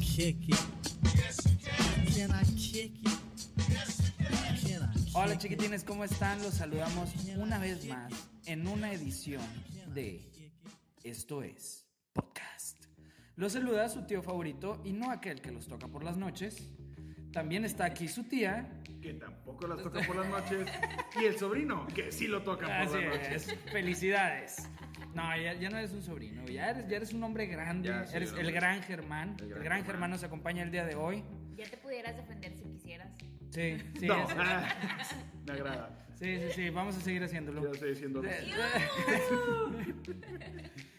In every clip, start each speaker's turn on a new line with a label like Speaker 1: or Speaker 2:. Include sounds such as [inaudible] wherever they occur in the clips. Speaker 1: kick it? Can I kick it? Can I kick
Speaker 2: Hola
Speaker 1: it?
Speaker 2: chiquitines, ¿cómo están? Los saludamos una vez más en una edición de Esto es Podcast. Los saluda su tío favorito y no aquel que los toca por las noches. También está aquí su tía.
Speaker 3: que tampoco las toca por las noches, y el sobrino, que sí lo toca por
Speaker 2: Así
Speaker 3: las noches.
Speaker 2: es, [laughs] felicidades. No, ya, ya no eres un sobrino, ya eres, ya eres un hombre grande.
Speaker 3: Ya soy
Speaker 2: eres
Speaker 3: un
Speaker 2: el
Speaker 3: hombre.
Speaker 2: gran Germán. El
Speaker 3: El
Speaker 2: gran,
Speaker 3: gran
Speaker 2: Germán
Speaker 3: Germán.
Speaker 2: nos acompaña el día de hoy.
Speaker 4: Ya te pudieras defender si [laughs] quisieras.
Speaker 2: Sí, sí.
Speaker 3: no,
Speaker 2: es-
Speaker 3: [laughs] me agrada.
Speaker 2: Sí, sí, sí, vamos a seguir haciéndolo.
Speaker 3: Ya estoy diciendo lo-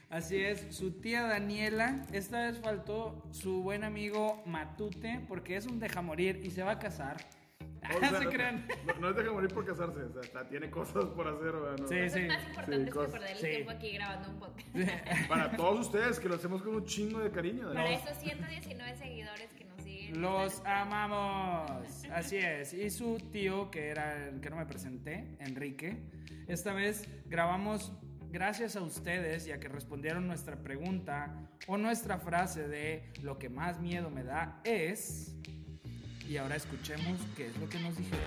Speaker 2: Así es, su tía Daniela, esta vez faltó su buen amigo Matute, porque es un deja morir y se va a casar. [laughs]
Speaker 3: O sea,
Speaker 2: se
Speaker 3: no,
Speaker 2: crean.
Speaker 3: No, no es deja morir por casarse, o sea, hasta tiene cosas por hacer, ¿verdad? ¿no?
Speaker 2: Sí,
Speaker 4: Eso
Speaker 2: sí.
Speaker 4: es más importante que
Speaker 3: cosas-
Speaker 4: perder el
Speaker 2: sí.
Speaker 4: tiempo aquí grabando un podcast.
Speaker 3: Para todos ustedes que lo hacemos con un chingo de cariño.
Speaker 4: Para
Speaker 3: ¿verdad?
Speaker 4: esos 119 seguidores que nos siguen.
Speaker 2: Los amamos. Así es. Y su tío, que era el que no me presenté, Enrique. Esta vez grabamos gracias a ustedes y a que respondieron nuestra pregunta o nuestra frase de lo que más miedo me da es. Y ahora escuchemos qué es lo que nos dijeron.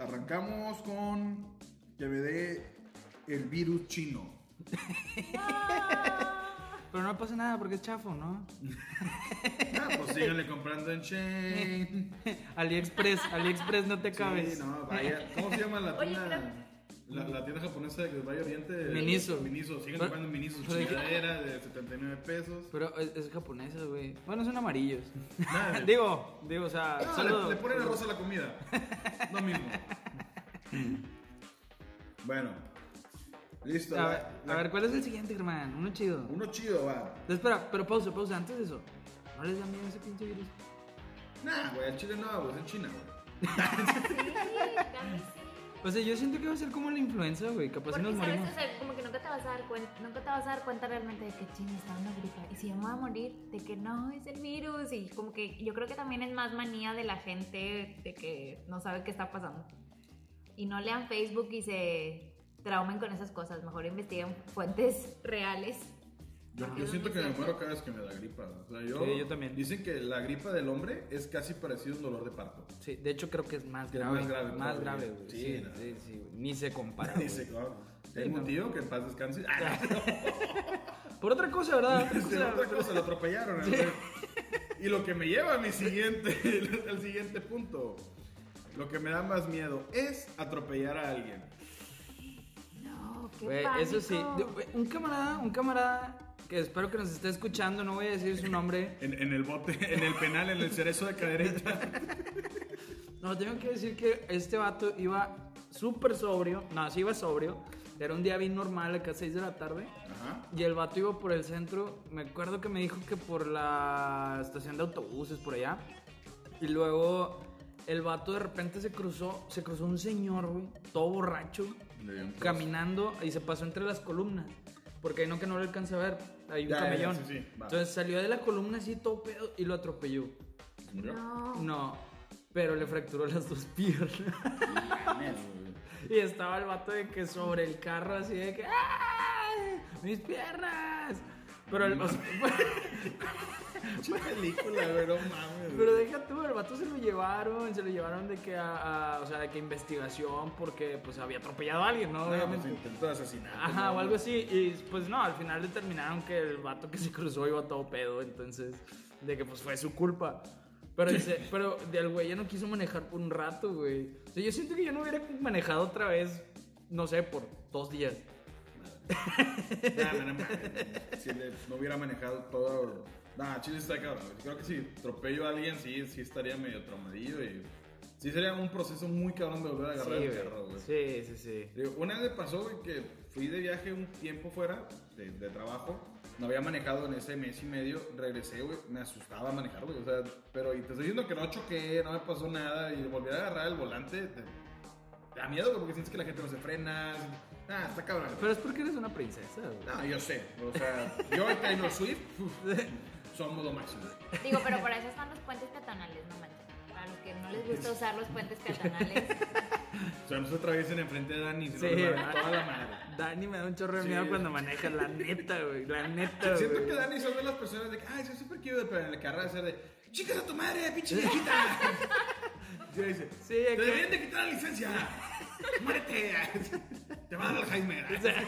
Speaker 5: Arrancamos con que me dé el virus chino.
Speaker 2: Pero no pasa nada porque es chafo, ¿no?
Speaker 5: Ah, pues síganle comprando en Shane.
Speaker 2: AliExpress, AliExpress no te cabes.
Speaker 5: Sí, no, vaya. ¿Cómo se llama la
Speaker 4: Oye,
Speaker 5: tienda? La, la tienda japonesa de Valle Oriente.
Speaker 2: Miniso.
Speaker 5: Miniso. Sigan
Speaker 2: Pero-
Speaker 5: comprando Miniso.
Speaker 2: pero de-
Speaker 5: Chingadera de 79 pesos.
Speaker 2: Pero es, es japonesa, güey. Bueno, son amarillos.
Speaker 5: Nada.
Speaker 2: [laughs] digo, digo, o sea,
Speaker 5: Ah,
Speaker 2: solo-
Speaker 5: le, le ponen arroz a
Speaker 2: [laughs]
Speaker 5: la comida. Lo mismo. bueno. Listo.
Speaker 2: A
Speaker 5: va.
Speaker 2: ver, a
Speaker 5: La-
Speaker 2: ver, ¿cuál es el siguiente, hermano? Uno chido.
Speaker 5: Uno chido, va.
Speaker 2: Espera, pero pausa, pausa, antes de eso. ¿No les da miedo ese pinche virus?
Speaker 5: Nah, güey, al Chile no, güey, es en China, güey.
Speaker 4: Sí, dame Pues sí.
Speaker 2: O sea, yo siento que va a ser como la influenza, güey. Capaz si
Speaker 4: Porque
Speaker 2: nos
Speaker 4: sabes,
Speaker 2: morimos.
Speaker 4: o sea, como que nunca te vas a dar cuenta, nunca te vas a dar cuenta realmente de que ching está una gripa. Y si yo me voy a morir, de que no es el virus. Y como que yo creo que también es más manía de la gente de que no sabe qué está pasando. Y no lean Facebook y se traumen con esas cosas. Mejor investiguen fuentes reales.
Speaker 5: Yo, yo siento que me muero cada vez que me da gripa. O sea, yo,
Speaker 2: Sí, yo también.
Speaker 5: Dicen que la gripa del hombre es casi parecido a un dolor de parto.
Speaker 2: Sí, de hecho creo que es más
Speaker 5: Que es
Speaker 2: grave.
Speaker 5: más grave
Speaker 2: Más
Speaker 5: todavía.
Speaker 2: grave, güey.
Speaker 5: Sí,
Speaker 2: Sí,
Speaker 5: no.
Speaker 2: sí, sí, güey. Ni se compara.
Speaker 5: [laughs] Dice,
Speaker 2: güey.
Speaker 5: claro. Tengo un tío que en paz descanse. [laughs] Ah,
Speaker 2: Por otra cosa,
Speaker 5: [laughs]
Speaker 2: ¿verdad?
Speaker 5: no, este, otra cosa, lo atropellaron. al güey. Y lo que me lleva
Speaker 2: [laughs]
Speaker 5: a mi siguiente, [laughs] al siguiente punto. Lo que me da más miedo es atropellar a alguien.
Speaker 4: No, qué
Speaker 2: Güey, eso sí.
Speaker 4: pánico.
Speaker 2: De- güey, Un camarada, un camarada que espero que nos esté escuchando, no voy a decir su nombre.
Speaker 5: En, en el bote, [laughs] en el penal, en el cerezo de
Speaker 2: [laughs]
Speaker 5: cadereta.
Speaker 2: No, tengo que decir que este vato iba súper sobrio. No, sí iba sobrio. Era un día bien normal, acá a 6 de la tarde.
Speaker 5: Ajá.
Speaker 2: Y el vato iba por el centro. Me acuerdo que me dijo que por la estación de autobuses, por allá. Y luego el vato de repente se cruzó, se cruzó un señor, güey, todo borracho,
Speaker 5: Le dio un trozo.
Speaker 2: caminando y se pasó entre las columnas. Porque ahí no que no lo alcanza a ver, hay un
Speaker 5: Ya, ya,
Speaker 2: camellón.
Speaker 5: sí, sí, va.
Speaker 2: Entonces salió de la columna así todo pedo y lo atropelló.
Speaker 4: No.
Speaker 2: No, pero le fracturó las dos piernas. [laughs] y estaba el vato de que sobre el carro así de que ¡Ay! ¡Mis piernas! Pero el, o sea, [laughs]
Speaker 5: Mucha película, güey, no mames.
Speaker 2: pero deja tú, el vato se lo llevaron, se lo llevaron de que a, a- o sea, de que investigación porque pues había atropellado a alguien, ¿no?
Speaker 5: No, pues
Speaker 2: Obviamente.
Speaker 5: intento de asesinato.
Speaker 2: Ajá,
Speaker 5: ¿no?
Speaker 2: o algo así. Y pues no, al final determinaron que el vato que se cruzó iba todo pedo, entonces, de que pues fue su culpa. Pero, dice,
Speaker 5: [laughs]
Speaker 2: pero del güey ya no quiso manejar por un rato, güey. O sea, yo siento que yo no hubiera manejado otra vez, no sé, por dos días.
Speaker 5: Nah, no, no, no. [laughs] si le- no hubiera manejado todo. Nah, chile está cabrón. güey. Creo que si atropello a alguien, sí, sí estaría medio traumadillo y. Sí sería un proceso muy cabrón de volver a agarrar
Speaker 2: Sí,
Speaker 5: el
Speaker 2: güey.
Speaker 5: carro, güey.
Speaker 2: Sí, sí, sí.
Speaker 5: Digo, Una vez me pasó, güey, que fui de viaje un tiempo fuera de, de trabajo. No había manejado en ese mes y medio. Regresé, güey. Me asustaba manejar, güey. O sea, pero y te estoy diciendo que no choqué, no me pasó nada. Y volver a agarrar el volante, te, te da miedo, güey, porque sientes que la gente no se frena. Ah, está cabrón.
Speaker 2: Pero es porque eres una princesa, güey.
Speaker 5: No, yo sé. O sea, yo y Taylor Swift uf, somos lo máximo.
Speaker 4: Digo, pero para eso están los puentes peatonales, no manches. Para los que no les gusta usar los puentes peatonales,
Speaker 5: O sea, no se atraviesen enfrente de Dani, se
Speaker 2: Sí.
Speaker 5: lo reventan toda la madre.
Speaker 2: Dani me da un chorro de
Speaker 5: Sí.
Speaker 2: miedo cuando maneja, la neta, güey.
Speaker 5: [laughs]
Speaker 2: La neta,
Speaker 5: Siento
Speaker 2: güey.
Speaker 5: que Dani son de las personas de que, ay, soy súper cute, pero en el carro de ser de, chicas a tu madre, pinche viejita. Y ella dice,
Speaker 2: Sí,
Speaker 5: te
Speaker 2: que-
Speaker 5: deberían de quitar la licencia. Muérete. Te van a dar el Jaime.
Speaker 2: O sea,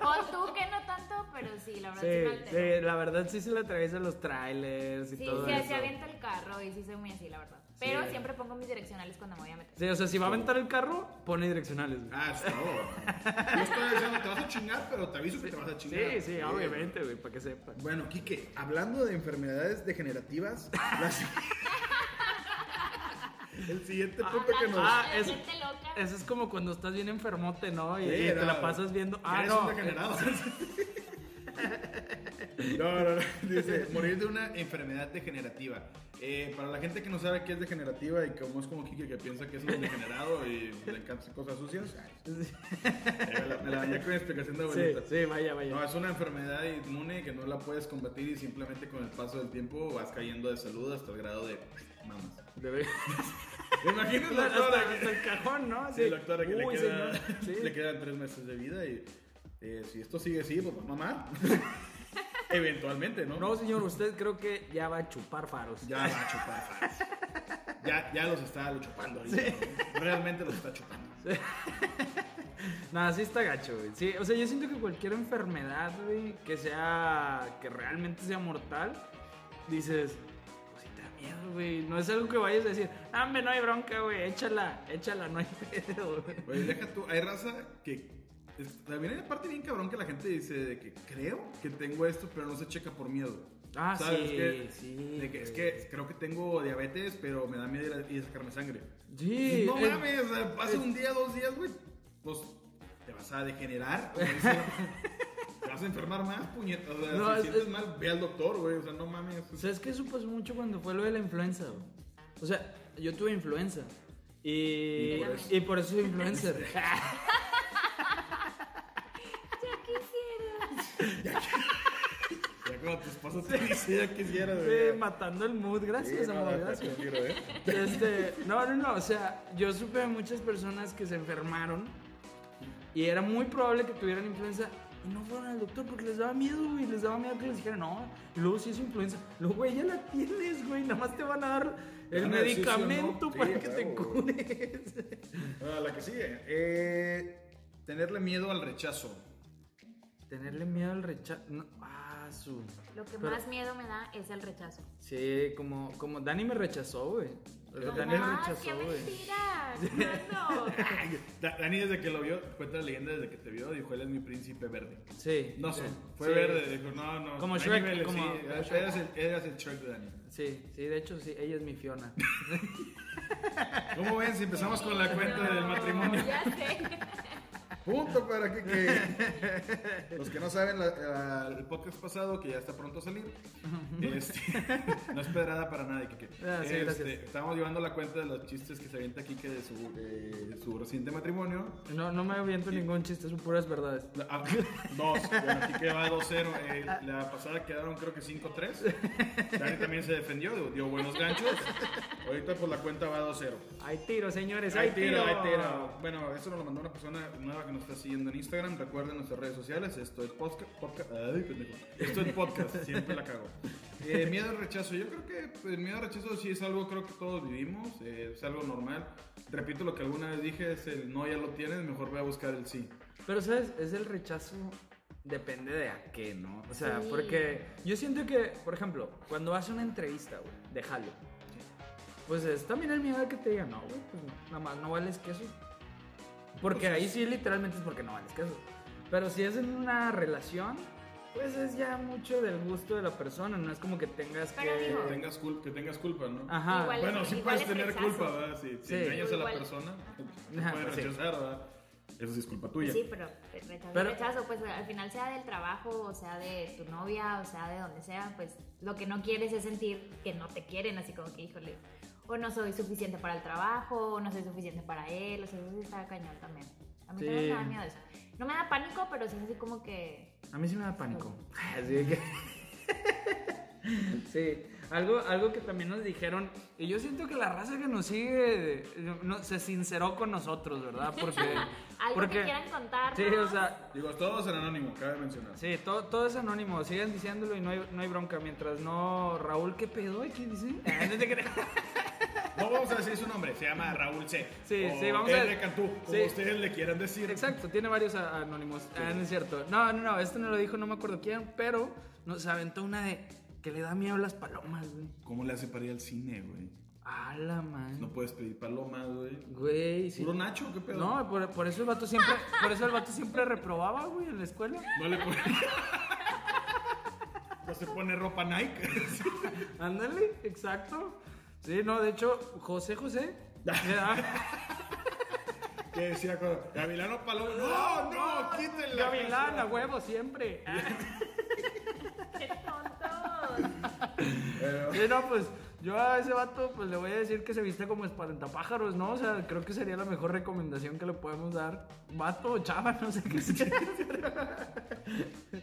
Speaker 4: O tú que no tanto, pero sí, la [laughs] verdad sí me
Speaker 2: sí,
Speaker 4: altera.
Speaker 2: sí, la verdad sí se le atraviesan los trailers y
Speaker 4: Sí,
Speaker 2: todo
Speaker 4: sí,
Speaker 2: eso.
Speaker 4: se avienta el carro y sí soy muy así, la verdad. Pero siempre pongo mis direccionales cuando me voy a meter.
Speaker 2: Sí, o sea, si va a aventar el carro, pone direccionales, güey.
Speaker 5: Ah, es todo. No estoy diciendo, te vas a chingar, pero te aviso que te vas a chingar.
Speaker 2: Sí, sí, obviamente, güey, para que sepan.
Speaker 5: Bueno, Quique, hablando de enfermedades degenerativas,
Speaker 2: [laughs]
Speaker 5: las- el siguiente punto que nos...
Speaker 2: Ah,
Speaker 4: La
Speaker 2: es-
Speaker 4: gente loca.
Speaker 2: Eso es como cuando estás bien enfermote, ¿no? Y,
Speaker 5: Sí,
Speaker 2: y eh, te
Speaker 5: no.
Speaker 2: la pasas viendo. Ah,
Speaker 5: Eres un
Speaker 2: no. [laughs]
Speaker 5: degenerado. No, no, no. Dice, morir de una enfermedad degenerativa. Eh, para la gente que no sabe qué es degenerativa y como es como Kike que piensa que es un degenerado y le encantan hacer
Speaker 2: [laughs]
Speaker 5: cosas sucias, eh, me la- me la bañé con explicación de
Speaker 2: Sí,
Speaker 5: abuelita.
Speaker 2: sí, vaya, vaya.
Speaker 5: No, es una enfermedad inmune que no la puedes combatir y simplemente con el paso del tiempo vas cayendo de salud hasta el grado de mamas.
Speaker 2: Debe-
Speaker 5: ¿Te imaginas la
Speaker 2: [laughs] hasta,
Speaker 5: doctora que-
Speaker 2: hasta el cajón, ¿no?
Speaker 5: Sí, el doctor que
Speaker 2: Uy,
Speaker 5: le, queda-
Speaker 2: señor. Sí.
Speaker 5: le quedan tres meses de vida y eh, si esto sigue así, pues va a
Speaker 2: [laughs]
Speaker 5: mamar. Eventualmente, ¿no?
Speaker 2: No, señor, usted creo que ya va a chupar faros.
Speaker 5: Ya va a chupar. faros. Ya, ya los está chupando ahorita. ¿no? Realmente los está chupando.
Speaker 2: Nada, sí está gacho, güey. Sí, o sea, yo siento que cualquier enfermedad, güey, que sea. que realmente sea mortal, dices. Pues sí, te da miedo, güey. No es algo que vayas a decir, "Ah, hombre, no hay bronca, güey, échala, échala, no hay [laughs] pedo, güey.
Speaker 5: Oye, deja tú. Hay raza que. es- También hay una parte bien cabrón que la gente dice de que creo que tengo esto, pero no se checa por miedo.
Speaker 2: Ah,
Speaker 5: ¿Sabes?
Speaker 2: sí,
Speaker 5: Es que-
Speaker 2: sí,
Speaker 5: de que, es
Speaker 2: güey.
Speaker 5: que creo que tengo diabetes, pero me da miedo ir a- ir a sacarme sangre.
Speaker 2: Sí,
Speaker 5: no
Speaker 2: eh,
Speaker 5: mames, o sea, pasa un día, dos días, güey. Pues te vas a degenerar.
Speaker 2: [laughs]
Speaker 5: como dicen. te vas a enfermar más, puñetas. O sea,
Speaker 2: No,
Speaker 5: si
Speaker 2: es-
Speaker 5: sientes
Speaker 2: es-
Speaker 5: mal, ve al doctor, güey. O sea, no mames.
Speaker 2: ¿Sabes qué supo mucho cuando fue lo de la influenza? güey? O sea, yo tuve influenza. Y,
Speaker 4: Y por eso.
Speaker 2: y por eso soy [laughs] influencer.
Speaker 4: Ya quisiera.
Speaker 5: Ya cuando tu esposa te dice, ya quisiera,
Speaker 2: Sí,
Speaker 5: güey.
Speaker 2: matando el mood.
Speaker 5: Sí,
Speaker 2: Gracias,
Speaker 5: no,
Speaker 2: amor.
Speaker 5: no,
Speaker 2: Gracias.
Speaker 5: te quiero, ¿eh?
Speaker 2: Este, no, no, no. O sea, yo supe de muchas personas que se enfermaron y era muy probable que tuvieran influenza y no fueron al doctor porque les daba miedo, güey. Les daba miedo que les dijeran, no, luego sí es influenza. Luego, güey, ya la tienes, güey. Nada más te van a dar el
Speaker 5: Van a decir sí o no.
Speaker 2: medicamento
Speaker 5: Sí,
Speaker 2: para que te
Speaker 5: huevo, güey.
Speaker 2: cures.
Speaker 5: [laughs] Ah, la que sigue. Eh, tenerle miedo al rechazo.
Speaker 2: Tenerle miedo al rechazo. no, ah, su.
Speaker 4: Lo que
Speaker 2: Pero-
Speaker 4: más miedo me da es el rechazo.
Speaker 2: Sí, como, como Dani me rechazó, güey. O sea,
Speaker 4: Lo
Speaker 2: Dani me
Speaker 4: más, "Ah, ¡Qué
Speaker 2: rechazó, güey. [laughs]
Speaker 4: mentira! No, no.
Speaker 5: Ay, Da- Dani, desde que lo vio, cuenta la leyenda, desde que te vio, dijo: Él es mi príncipe verde.
Speaker 2: Sí.
Speaker 5: No sé,
Speaker 2: sí,
Speaker 5: fue
Speaker 2: sí.
Speaker 5: verde. Dijo: No, no.
Speaker 2: Como
Speaker 5: hay
Speaker 2: Shrek,
Speaker 5: niveles,
Speaker 2: como-
Speaker 5: sí,
Speaker 2: como Shrek.
Speaker 5: eras, el, eras el Shrek de Dani.
Speaker 2: Sí, sí, de hecho, sí, ella es mi Fiona.
Speaker 5: ¿Cómo ven si empezamos con la cuenta del matrimonio?
Speaker 4: Ya sé.
Speaker 5: Punto para que, [laughs] que- los que no saben la- la- el podcast pasado que ya está pronto a salir. este, [laughs] no es pedrada para nadie, Kike.
Speaker 2: Ah, sí,
Speaker 5: Este,
Speaker 2: gracias.
Speaker 5: estábamos llevando la cuenta de los chistes que se avienta Kike de su, eh, de su reciente matrimonio.
Speaker 2: No, no me aviento ningún chiste, son puras verdades.
Speaker 5: La- ah, [laughs] dos, bueno, Kike va 2-0. eh, la pasada quedaron creo que 5-3. Dani también se defendió, dio, dio buenos ganchos. Ahorita pues la cuenta va 2-0.
Speaker 2: Hay tiro, señores, hay,
Speaker 5: Ahí tiro, ahí tiro. Bueno, eso nos lo mandó una persona nueva que nos está siguiendo en Instagram. Recuerden nuestras redes sociales. Esto es podcast. ay, pendejo. Esto es podcast. siempre la cago. Eh, miedo al rechazo. Yo creo que pues, el miedo al rechazo sí es algo creo que todos vivimos. eh, es algo normal. Repito lo que alguna vez dije: es el no ya lo tienes, mejor voy a buscar el sí.
Speaker 2: Pero, ¿sabes? Es el rechazo. Depende de a qué, ¿no? O sea,
Speaker 4: Sí.
Speaker 2: porque yo siento que, por ejemplo, cuando vas a una entrevista, güey, déjalo. Pues es también el miedo de que te digan, no, güey, pues no, nada más no vales queso. Porque ahí Pues sí, literalmente es porque no vales queso. Pero si es en una relación, pues es ya mucho del gusto de la persona, no es como que tengas
Speaker 4: Pero
Speaker 2: que.
Speaker 5: Que
Speaker 4: digo-
Speaker 5: tengas, cul- que tengas culpa, ¿no?
Speaker 2: Ajá.
Speaker 4: Igual-
Speaker 5: Bueno, sí
Speaker 4: igual
Speaker 5: puedes
Speaker 4: es
Speaker 5: tener
Speaker 4: rechazo.
Speaker 5: culpa, ¿verdad? Si, si
Speaker 2: Ah. Sí.
Speaker 5: engañas a la
Speaker 4: Igual.
Speaker 5: persona,
Speaker 2: Ajá,
Speaker 5: puedes
Speaker 2: sí.
Speaker 5: rechazar, ¿verdad? Eso sí es culpa tuya.
Speaker 4: Sí, pero el rechazo, el
Speaker 2: Pero-
Speaker 4: rechazo, pues al final sea del trabajo, o sea de tu novia, o sea de donde sea, pues lo que no quieres es sentir que no te quieren, así como que, híjole, o no soy suficiente para el trabajo, o no soy suficiente para él, o sea, eso sí está cañón también. A mí
Speaker 2: Sí.
Speaker 4: también me da miedo eso. No me da pánico, pero sí es así como que... [laughs]
Speaker 2: A mí sí me da pánico. Así que. sí. Algo, algo que también nos dijeron, y yo siento que la raza que nos sigue eh, no- se sinceró con nosotros, ¿verdad? Porque.
Speaker 4: [laughs] Algo
Speaker 2: porque
Speaker 4: que quieran contar.
Speaker 2: Sí, o sea,
Speaker 5: Digo, todos en anónimo, cabe mencionar.
Speaker 2: sí, todo, todo es anónimo, sigan diciéndolo y no hay, no hay bronca. Mientras no, Raúl, ¿qué pedo? ¿Qué
Speaker 4: [laughs]
Speaker 2: dice? Ah, no te creas.
Speaker 5: No vamos a decir su nombre, se llama Raúl C.
Speaker 2: Sí,
Speaker 5: o
Speaker 2: sí, vamos a-
Speaker 5: R. Cantú, como
Speaker 2: sí.
Speaker 5: ustedes le quieran
Speaker 2: [laughs]
Speaker 5: decir.
Speaker 2: Exacto, tiene varios a- anónimos. Ah, no es cierto. No, no, no, esto no lo dijo, no me acuerdo quién, pero nos aventó una de que le da miedo a las palomas, güey.
Speaker 5: ¿Cómo le hace para ir al cine, güey?
Speaker 2: A la man.
Speaker 5: No puedes pedir paloma, güey.
Speaker 2: Güey, sí.
Speaker 5: ¿Puro Nacho? ¿Qué pedo?
Speaker 2: No, por, por eso el vato siempre, por eso el vato siempre reprobaba, güey, en la escuela.
Speaker 5: No le pone... [laughs] no se pone ropa Nike. [laughs]
Speaker 2: Ándale, exacto. Sí, no, de hecho, José José. Era-
Speaker 5: que decía cuando... Gavilano Paloma. ¡No, no! ¡Quítenla!
Speaker 2: Gavilán, a huevo, siempre.
Speaker 4: ¡Qué tontos!
Speaker 2: Sí, no, pues yo a ese vato pues le voy a decir que se viste como espantapájaros, ¿no? O sea, creo que sería la mejor recomendación que le podemos dar. Vato o chava, no sé qué sea. [laughs]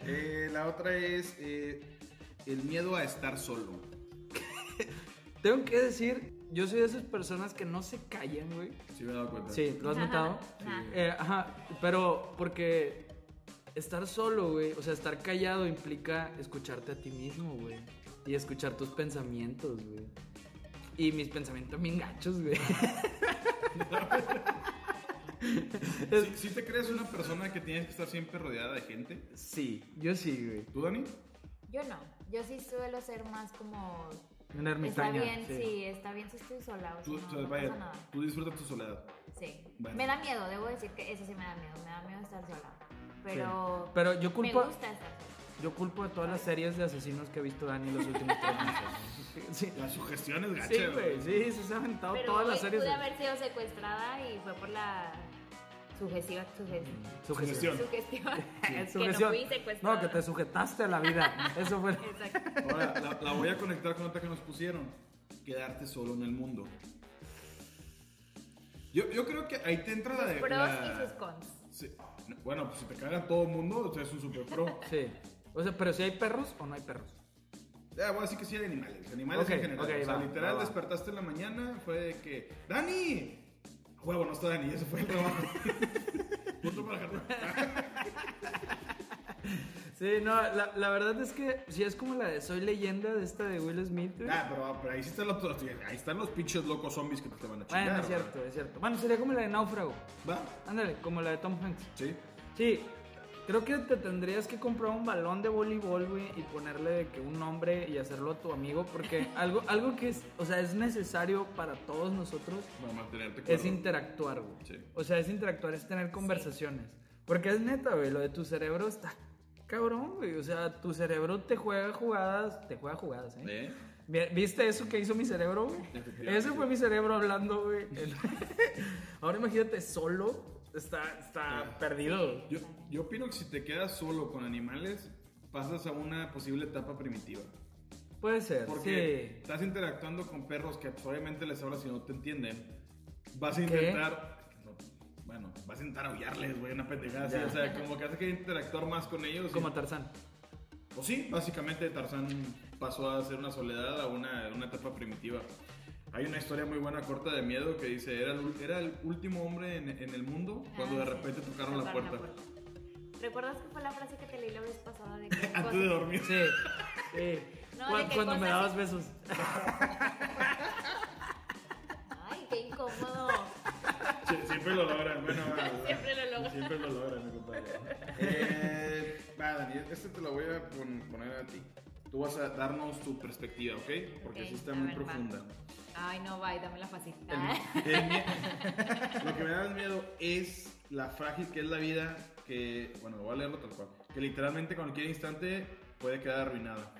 Speaker 5: Eh, la otra es eh, el miedo a estar solo.
Speaker 2: Tengo que decir, yo soy de esas personas que no se callan, güey.
Speaker 5: Sí me he dado cuenta.
Speaker 2: Sí, ¿lo has
Speaker 4: Ajá,
Speaker 2: notado?
Speaker 4: ajá.
Speaker 2: Eh, ajá, pero porque estar solo, güey, o sea, estar callado implica escucharte a ti mismo, güey. Y escuchar tus pensamientos, güey. Y mis pensamientos bien gachos, güey. Es-
Speaker 5: Si, te crees una persona que tienes que estar siempre rodeada de gente,
Speaker 2: [laughs] Sí, yo sí, güey.
Speaker 5: ¿tú, Dani?
Speaker 4: Yo no. Yo sí suelo ser más como.
Speaker 2: Un
Speaker 4: Está
Speaker 2: ermitaño.
Speaker 4: bien, sí. está bien si estoy sola. O sea,
Speaker 5: Tú,
Speaker 4: no,
Speaker 5: o sea,
Speaker 4: no
Speaker 5: vaya,
Speaker 4: pasa nada.
Speaker 5: tú disfrutas tu soledad.
Speaker 4: Sí.
Speaker 5: Bueno.
Speaker 4: Me da miedo, debo decir que eso sí me da miedo. Me da miedo estar sola. Pero.
Speaker 2: Pero yo culpo,
Speaker 4: Me gusta estar sola.
Speaker 2: yo culpo a todas las series de asesinos que ha visto Dani en los últimos tres meses. [laughs] ¿no? Sí,
Speaker 5: La sugestión es gacha,
Speaker 2: sí, güey, sí, se ha aventado
Speaker 4: Pero
Speaker 2: todas
Speaker 4: hoy
Speaker 2: las series.
Speaker 4: pude
Speaker 2: de-
Speaker 4: haber sido secuestrada y fue por la sugestión. sugestión.
Speaker 5: Mm.
Speaker 2: Sugestión.
Speaker 4: Sugestión.
Speaker 2: Sugestión.
Speaker 4: [laughs] Que no fui secuestrada.
Speaker 2: No, que te sujetaste a la
Speaker 4: [laughs]
Speaker 2: vida. Eso fue.
Speaker 4: Exacto.
Speaker 5: [laughs] Ahora, la, la voy a conectar con otra que nos pusieron. Quedarte solo en el mundo. Yo, yo creo que ahí te entra la de...
Speaker 4: Sus pros
Speaker 5: la-
Speaker 4: y sus cons.
Speaker 5: Sí. Bueno, pues si te caga todo el mundo, o sea, es un super pro.
Speaker 2: Sí. O sea, pero si hay perros o no hay perros.
Speaker 5: Ya, voy a decir que sí hay animales, animales
Speaker 2: Ok,
Speaker 5: en general.
Speaker 2: ok,
Speaker 5: o sea,
Speaker 2: va,
Speaker 5: literal,
Speaker 2: va, va.
Speaker 5: despertaste en la mañana, fue de que, ¡Dani! A Huevo, no está Dani, eso fue el trabajo.
Speaker 2: [laughs]
Speaker 5: Punto para Germán.
Speaker 2: Sí, no, la, la verdad es que si es como la de Soy leyenda de esta de Will Smith. güey.
Speaker 5: Ah, pero, pero ahí, sí están los, ahí están los pinches locos zombies que te van a chingar.
Speaker 2: bueno, es
Speaker 5: ¿verdad?
Speaker 2: cierto, es cierto. Bueno, sería como la de Náufrago.
Speaker 5: ¿Va?
Speaker 2: Ándale, como la de Tom Hanks.
Speaker 5: Sí.
Speaker 2: Sí, creo que te tendrías que comprar un balón de voleibol, güey, y ponerle de que un nombre y hacerlo tu amigo, porque algo, algo que es, o sea, es necesario para todos nosotros
Speaker 5: Para mantenerte cuerdo.
Speaker 2: es interactuar, güey.
Speaker 5: Sí.
Speaker 2: O sea, es interactuar, es tener conversaciones. Porque es neta, güey, lo de tu cerebro está cabrón, güey. O sea, tu cerebro te juega jugadas, te juega jugadas, ¿eh?
Speaker 5: ¿Eh?
Speaker 2: Vi- ¿Viste eso que hizo mi cerebro, güey?
Speaker 5: Efectivamente.
Speaker 2: Ese fue mi cerebro hablando, güey. El- [laughs] Ahora imagínate solo, está, está perdido.
Speaker 5: Yo, yo opino que si te quedas solo con animales, pasas a una posible etapa primitiva.
Speaker 2: Puede ser,
Speaker 5: Porque
Speaker 2: sí.
Speaker 5: estás interactuando con perros que pues, obviamente les hablas y no te entienden. Vas a
Speaker 2: ¿Qué?
Speaker 5: intentar. no, Bueno, vas a intentar aullarles, güey, una pendejada así.
Speaker 2: Ya.
Speaker 5: O sea, como que hace que interactuar más con ellos.
Speaker 2: Como
Speaker 5: y-
Speaker 2: Tarzán.
Speaker 5: Pues sí, básicamente Tarzán pasó a ser una soledad a una, una etapa primitiva. Hay una historia muy buena, corta de miedo, que dice: era el, ul- era el último hombre en, en el mundo cuando
Speaker 4: Ah,
Speaker 5: de
Speaker 4: sí.
Speaker 5: repente tocaron la puerta.
Speaker 4: ¿Recuerdas que fue la frase que te leí la vez pasada
Speaker 5: [laughs]
Speaker 4: de que
Speaker 5: Antes de dormir.
Speaker 2: Sí. sí.
Speaker 4: [laughs] No,
Speaker 2: Cu-
Speaker 4: de que
Speaker 2: cuando me
Speaker 4: cosas-
Speaker 2: dabas besos.
Speaker 4: Ay, qué incómodo.
Speaker 5: Sí, Siempre lo logran, bueno.
Speaker 4: [laughs] Siempre lo logran.
Speaker 5: Siempre lo logran, mi compadre. Eh, va, Dani, este te lo voy a pon- poner a ti. Tú vas a darnos tu perspectiva, ¿ok? Porque
Speaker 4: Ok,
Speaker 5: sí está
Speaker 4: a
Speaker 5: muy
Speaker 4: ver, va. Ah.
Speaker 5: profunda.
Speaker 4: Ay, no, bye, dame la facita.
Speaker 5: El- el mie- lo que me [laughs] da miedo es la frágil que es la vida, que, bueno, lo voy a leerlo tal cual, que literalmente cualquier instante puede quedar arruinada.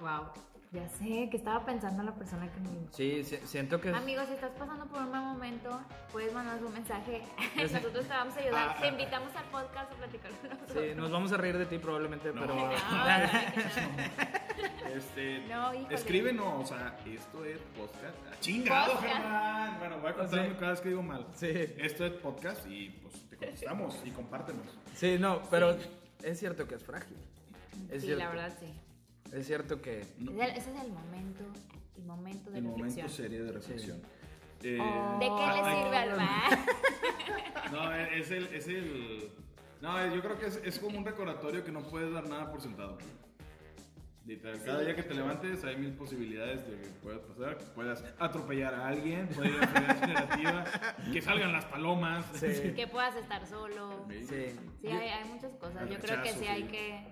Speaker 4: Wow. Ya sé que estaba pensando en la persona que me
Speaker 2: Sí, si- siento que.
Speaker 4: Amigos, si estás pasando por un mal momento, puedes mandarnos un mensaje. [laughs] Nosotros te vamos a
Speaker 5: Ah,
Speaker 4: ayudar. Te invitamos al podcast a platicar con
Speaker 5: [laughs]
Speaker 4: nosotros.
Speaker 2: Sí, nos vamos a reír de ti probablemente,
Speaker 5: No.
Speaker 2: pero. [laughs]
Speaker 4: No, [laughs] ay, que no.
Speaker 5: Este,
Speaker 4: No, híjole.
Speaker 5: escríbenos, o sea, esto es podcast. ¡Ah, ¡Chingado,
Speaker 4: Podcast.
Speaker 5: Germán! Bueno, voy a contar
Speaker 2: Sí.
Speaker 5: cada vez que digo mal.
Speaker 2: Sí.
Speaker 5: Esto es podcast y pues te contestamos y compártenos.
Speaker 2: Sí, no, pero es cierto que es frágil. Es
Speaker 4: Sí,
Speaker 2: cierto.
Speaker 4: la verdad sí.
Speaker 2: Es cierto que.
Speaker 4: Es el- Ese es el momento, el momento de
Speaker 5: El momento
Speaker 4: reflexión. Oh.
Speaker 5: serio de reflexión. Eh,
Speaker 4: ¿De qué le
Speaker 5: ay,
Speaker 4: sirve al
Speaker 5: [laughs]
Speaker 4: mar?
Speaker 5: No, es el, es el. No, yo creo que es, es como un recordatorio que no puedes dar nada por sentado. Literal, cada día que te levantes hay mil posibilidades de que puedas pasar, que puedas atropellar a alguien, puedas ir a enfermedad generativa, que salgan las palomas.
Speaker 2: Sí.
Speaker 4: Que puedas estar solo.
Speaker 2: Sí.
Speaker 4: Sí, hay, hay muchas cosas.
Speaker 5: El
Speaker 4: Yo creo que
Speaker 5: rechazo,
Speaker 4: sí hay
Speaker 5: sí.
Speaker 4: que,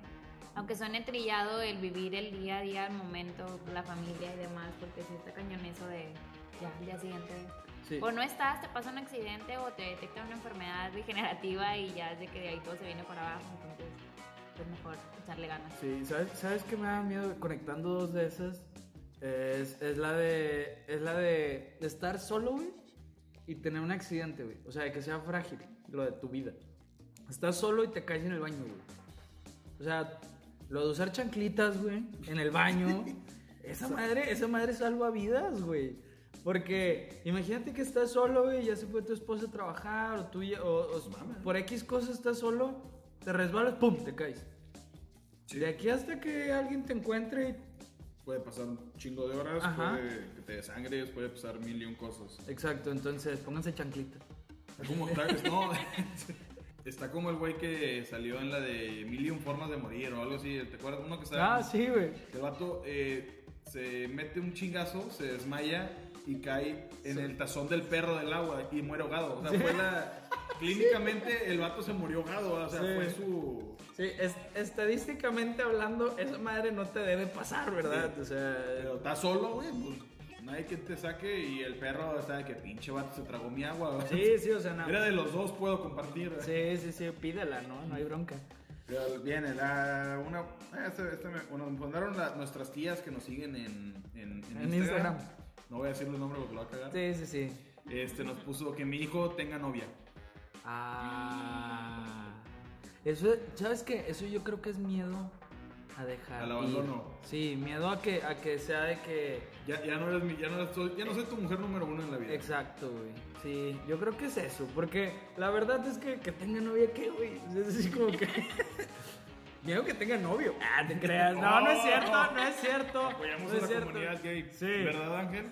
Speaker 4: aunque suene trillado el vivir el día a día, el momento, la familia y demás, porque si está cañón eso de ya al día siguiente.
Speaker 2: Sí.
Speaker 4: O no estás, te pasa un accidente o te detecta una enfermedad degenerativa y ya es de que de ahí todo se viene para abajo, entonces es mejor echarle ganas.
Speaker 2: Sí, ¿sabes, ¿sabes qué me da miedo conectando dos de esas? Es, es la de es la de estar solo, güey, y tener un accidente, güey. O sea, que sea frágil lo de tu vida. Estás solo y te caes en el baño, güey. O sea, lo de usar chanclitas, güey, en el baño. esa madre, esa madre salva vidas, güey. Porque imagínate que estás solo, güey, ya se fue tu esposa a trabajar o tú ya- o, o por X cosas estás solo, te resbalas, pum, te caes. De aquí hasta que alguien te encuentre y...
Speaker 5: Puede pasar un chingo de horas,
Speaker 2: Ajá.
Speaker 5: puede que te desangres, puede pasar mil y un cosas.
Speaker 2: Exacto, entonces pónganse chanclita.
Speaker 5: Está como, está- no, [laughs] está como el güey que salió en la de mil y un formas de morir o algo así. ¿Te acuerdas? Uno que estaba.
Speaker 2: Ah, sí, güey.
Speaker 5: El vato eh, se mete un chingazo, se desmaya y cae en el tazón del perro del agua y muere ahogado. O sea,
Speaker 2: [laughs]
Speaker 5: fue la. Clínicamente el vato se murió ahogado, o sea,
Speaker 2: Sí.
Speaker 5: fue su.
Speaker 2: Sí, es- estadísticamente hablando, esa madre no te debe pasar, ¿verdad? O sea...
Speaker 5: Pero eh, está solo, güey, pues nadie que te saque y el perro está de que pinche vato se tragó mi agua. o sea, [laughs]
Speaker 2: Sí, sí, o sea, no.
Speaker 5: Era de los dos, puedo compartir.
Speaker 2: Sí, sí, sí, pídela, ¿no? No hay bronca.
Speaker 5: Pero Viene la. Una, ah, esta- esta me- bueno, nos mandaron la- nuestras tías que nos siguen en, en, en
Speaker 2: En Instagram.
Speaker 5: No voy a decir los nombres porque lo va a cagar.
Speaker 2: Sí, sí, sí.
Speaker 5: Este nos puso que mi hijo tenga novia.
Speaker 2: Ah... Eso, ¿sabes qué? Eso yo creo que es miedo a dejar
Speaker 5: Al
Speaker 2: ir.
Speaker 5: abandono.
Speaker 2: Sí, miedo a que, a que sea de que...
Speaker 5: Ya, ya no eres mi, ya no eres tu- ya no soy tu mujer número uno en la vida.
Speaker 2: Exacto, güey. Sí, yo creo que es eso, porque la verdad es que que tenga novia, ¿qué, güey? Es así como que... [laughs] Digo que tenga novio. Ah, te creas. No, no es cierto, no es cierto.
Speaker 5: Apoyamos
Speaker 2: no
Speaker 5: a
Speaker 2: es
Speaker 5: la
Speaker 2: cierto.
Speaker 5: comunidad gay.
Speaker 2: Sí.
Speaker 5: ¿Verdad, Ángel?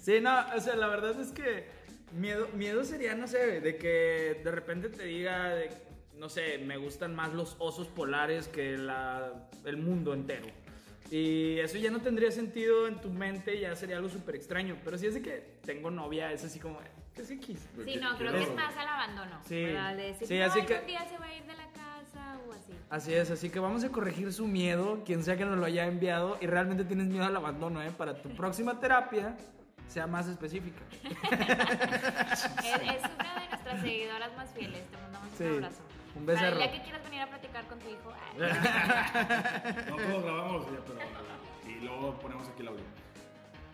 Speaker 2: Sí, no, o sea, la verdad es que miedo, miedo sería, no sé, de que de repente te diga, de- no sé, me gustan más los osos polares que la- el mundo entero. Y eso ya no tendría sentido en tu mente, ya sería algo súper extraño. Pero si es de que tengo novia, es así como, ¿qué es X?
Speaker 4: Sí, no, creo que es más al abandono.
Speaker 2: Sí.
Speaker 4: ¿verdad? De decir,
Speaker 2: Sí, así
Speaker 4: "Ay,
Speaker 2: que-
Speaker 4: un día se va a ir de la casa
Speaker 2: [laughs]
Speaker 4: o así.
Speaker 2: Así es, así que vamos a corregir su miedo, quien sea que nos lo haya enviado, y realmente tienes miedo al abandono, ¿eh? Para tu próxima terapia, sea más específica.
Speaker 4: Es, es una de nuestras seguidoras más fieles. Te mandamos
Speaker 2: Sí.
Speaker 4: un abrazo.
Speaker 2: Un beso
Speaker 4: Para el
Speaker 2: a
Speaker 4: día
Speaker 2: Ro.
Speaker 4: que quieras venir a platicar con
Speaker 2: [laughs]
Speaker 4: tu hijo. ay,
Speaker 5: No todos grabamos, ya, pero. Y luego ponemos aquí el audio.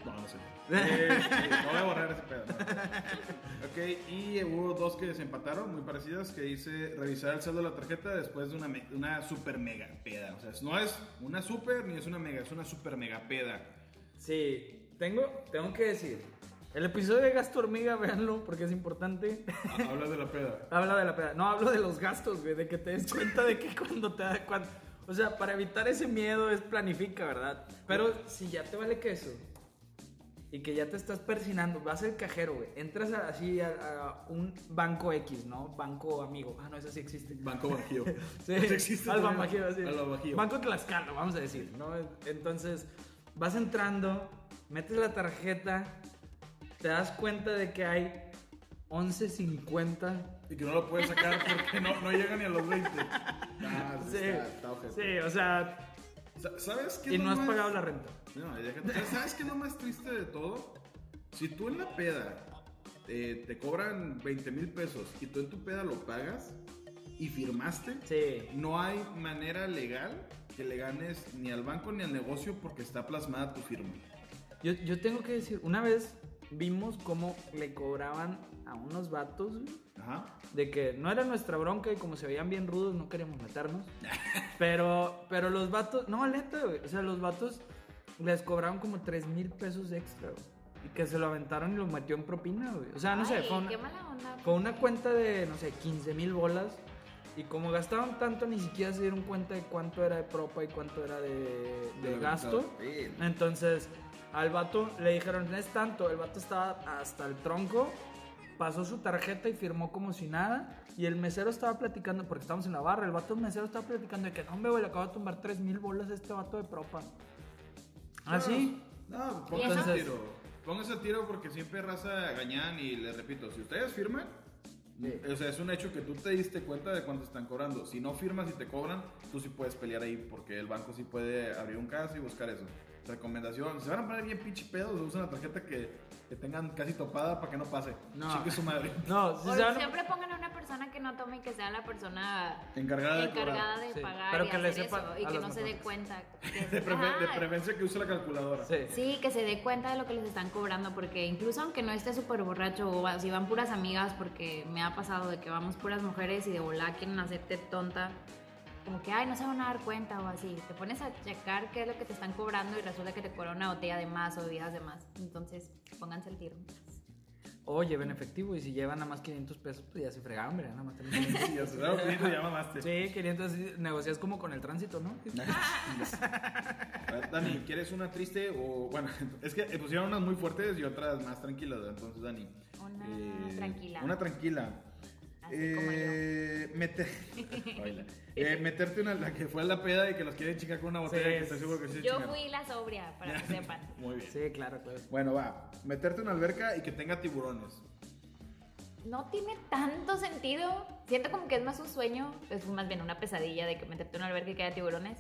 Speaker 5: No, no sé.
Speaker 2: [laughs]
Speaker 5: Este, no voy a borrar ese pedo. no. Ok, y hubo dos que desempataron, muy parecidas, que dice revisar el saldo de la tarjeta después de una, me- una super mega peda. O sea, no es una super ni es una mega, es una super mega peda.
Speaker 2: Sí, tengo, tengo que decir, el episodio de Gasto Hormiga, [laughs] véanlo, porque es importante. [laughs]
Speaker 5: Ha- Hablas de la peda.
Speaker 2: Habla de la peda. No, hablo de los gastos, güey, de que te des cuenta de que [laughs] cuando te da. cuan- o sea, para evitar ese miedo es planifica, ¿verdad? Pero si ya te vale queso y que ya te estás persinando, vas al cajero, güey. Entras a- así a, a un banco X, ¿no? Banco amigo. Ah, no, ese sí existe.
Speaker 5: Banco Bajío.
Speaker 2: [laughs] Sí,
Speaker 5: Ese existe
Speaker 2: al
Speaker 5: todavía.
Speaker 2: Bajío, sí.
Speaker 5: Al Bajío.
Speaker 2: Banco Tlaxcala, vamos a decir, ¿no? Entonces, vas entrando, metes la tarjeta, te das cuenta de que hay 11.50
Speaker 5: Y que no lo puedes sacar porque no, no llega ni a los 20.
Speaker 2: [laughs]
Speaker 5: Ah,
Speaker 2: Sí, sí, o sea,
Speaker 5: Sa- ¿Sabes qué?
Speaker 2: y
Speaker 5: es lo
Speaker 2: no has
Speaker 5: más-
Speaker 2: pagado la renta.
Speaker 5: No, déjate. ¿Sabes- ¿Sabes qué es lo más triste de todo? Si tú en la peda eh, te cobran 20 mil pesos y tú en tu peda lo pagas y firmaste,
Speaker 2: Sí,
Speaker 5: no hay manera legal que le ganes ni al banco ni al negocio porque está plasmada tu firma.
Speaker 2: yo, yo tengo que decir, una vez vimos cómo le cobraban a unos vatos güey,
Speaker 5: Ajá.
Speaker 2: de que no era nuestra bronca y como se veían bien rudos no queríamos meternos. Pero, pero los vatos, no, neta, güey, o sea, los vatos les cobraron como 3 mil pesos extra, güey, y que se lo aventaron y lo metió en propina, güey. O sea, Ah, no sé,
Speaker 4: ay,
Speaker 2: fue una-
Speaker 4: qué mala onda.
Speaker 2: Con una cuenta de, no sé, 15 mil bolas. Y como gastaron tanto, ni siquiera se dieron cuenta de cuánto era de propa y cuánto era de, de
Speaker 5: Pero,
Speaker 2: gasto.
Speaker 5: sí.
Speaker 2: Entonces, al vato le dijeron, es tanto. El vato estaba hasta el tronco, pasó su tarjeta y firmó como si nada. Y el mesero estaba platicando, porque estábamos en la barra, el vato mesero estaba platicando de que, no, hombre, güey, le acabo de tumbar 3 mil bolas a este vato de propa. ¿Ah, sí?
Speaker 5: No, póngase
Speaker 2: Entonces-
Speaker 5: a tiro. Póngase a tiro porque siempre raza gañan y les repito, si ustedes firman, o sea, es un hecho que tú te diste cuenta de cuánto están cobrando. Si no firmas y te cobran, tú sí puedes pelear ahí porque el banco sí puede abrir un caso y buscar eso. Recomendación, si se van a poner bien pinche pedos, usen la tarjeta que, que tengan casi topada para que no pase.
Speaker 2: No.
Speaker 5: Chique su madre.
Speaker 2: No, sí,
Speaker 4: O
Speaker 2: se van-
Speaker 4: siempre pongan a una persona que no tome y que sea la persona
Speaker 5: Encargada de
Speaker 4: encargada
Speaker 5: cobrar.
Speaker 4: de
Speaker 2: Sí,
Speaker 4: pagar
Speaker 2: pero
Speaker 4: y
Speaker 2: que le
Speaker 4: hacer
Speaker 2: sepa
Speaker 4: eso,
Speaker 2: a
Speaker 4: y que
Speaker 2: los
Speaker 4: no se dé
Speaker 2: mejores. [laughs]
Speaker 4: cuenta. que-
Speaker 5: De, prefe- de
Speaker 4: Ajá.
Speaker 5: preferencia que use la calculadora.
Speaker 2: Sí.
Speaker 4: Sí, que se dé cuenta de lo que les están cobrando, porque incluso aunque no esté súper borracho o va- si van puras amigas, porque me ha pasado de que vamos puras mujeres y de volada quieren hacerte tonta, como que, ay, no se van a dar cuenta o así. Te pones a checar qué es lo que te están cobrando y resulta que te cobra una botella de más o bebidas de más. Entonces, pónganse el tiro.
Speaker 2: O lleven efectivo y si llevan nada más 500 pesos, pues ya se fregaron, mira, nada más tenés 500.
Speaker 4: [laughs]
Speaker 5: Sí, ya se da un poquito y ya mamaste.
Speaker 2: Sí, 500 sí, negocias como con el tránsito, ¿no?
Speaker 5: Ah, Dani, ¿quieres una triste o bueno? [laughs] Es que pusieron unas muy fuertes y otras más tranquilas, entonces Dani. eh,
Speaker 4: Una tranquila.
Speaker 5: Una tranquila.
Speaker 4: Así como
Speaker 5: Eh, mete-
Speaker 4: [laughs]
Speaker 5: Baila. Eh, meterte una la que fue a la peda de que los quieren chingar con una botella
Speaker 2: Sí.
Speaker 5: que estoy seguro que sí se
Speaker 4: Yo
Speaker 5: chingaron.
Speaker 4: fui la sobria, para
Speaker 5: [laughs]
Speaker 4: que sepan.
Speaker 5: Muy bien.
Speaker 2: Sí, claro, claro.
Speaker 5: Bueno, va. Meterte una alberca y que tenga tiburones.
Speaker 4: No tiene tanto sentido. Siento como que es más un sueño, es más bien una pesadilla de que meterte en un albergue que haya tiburones.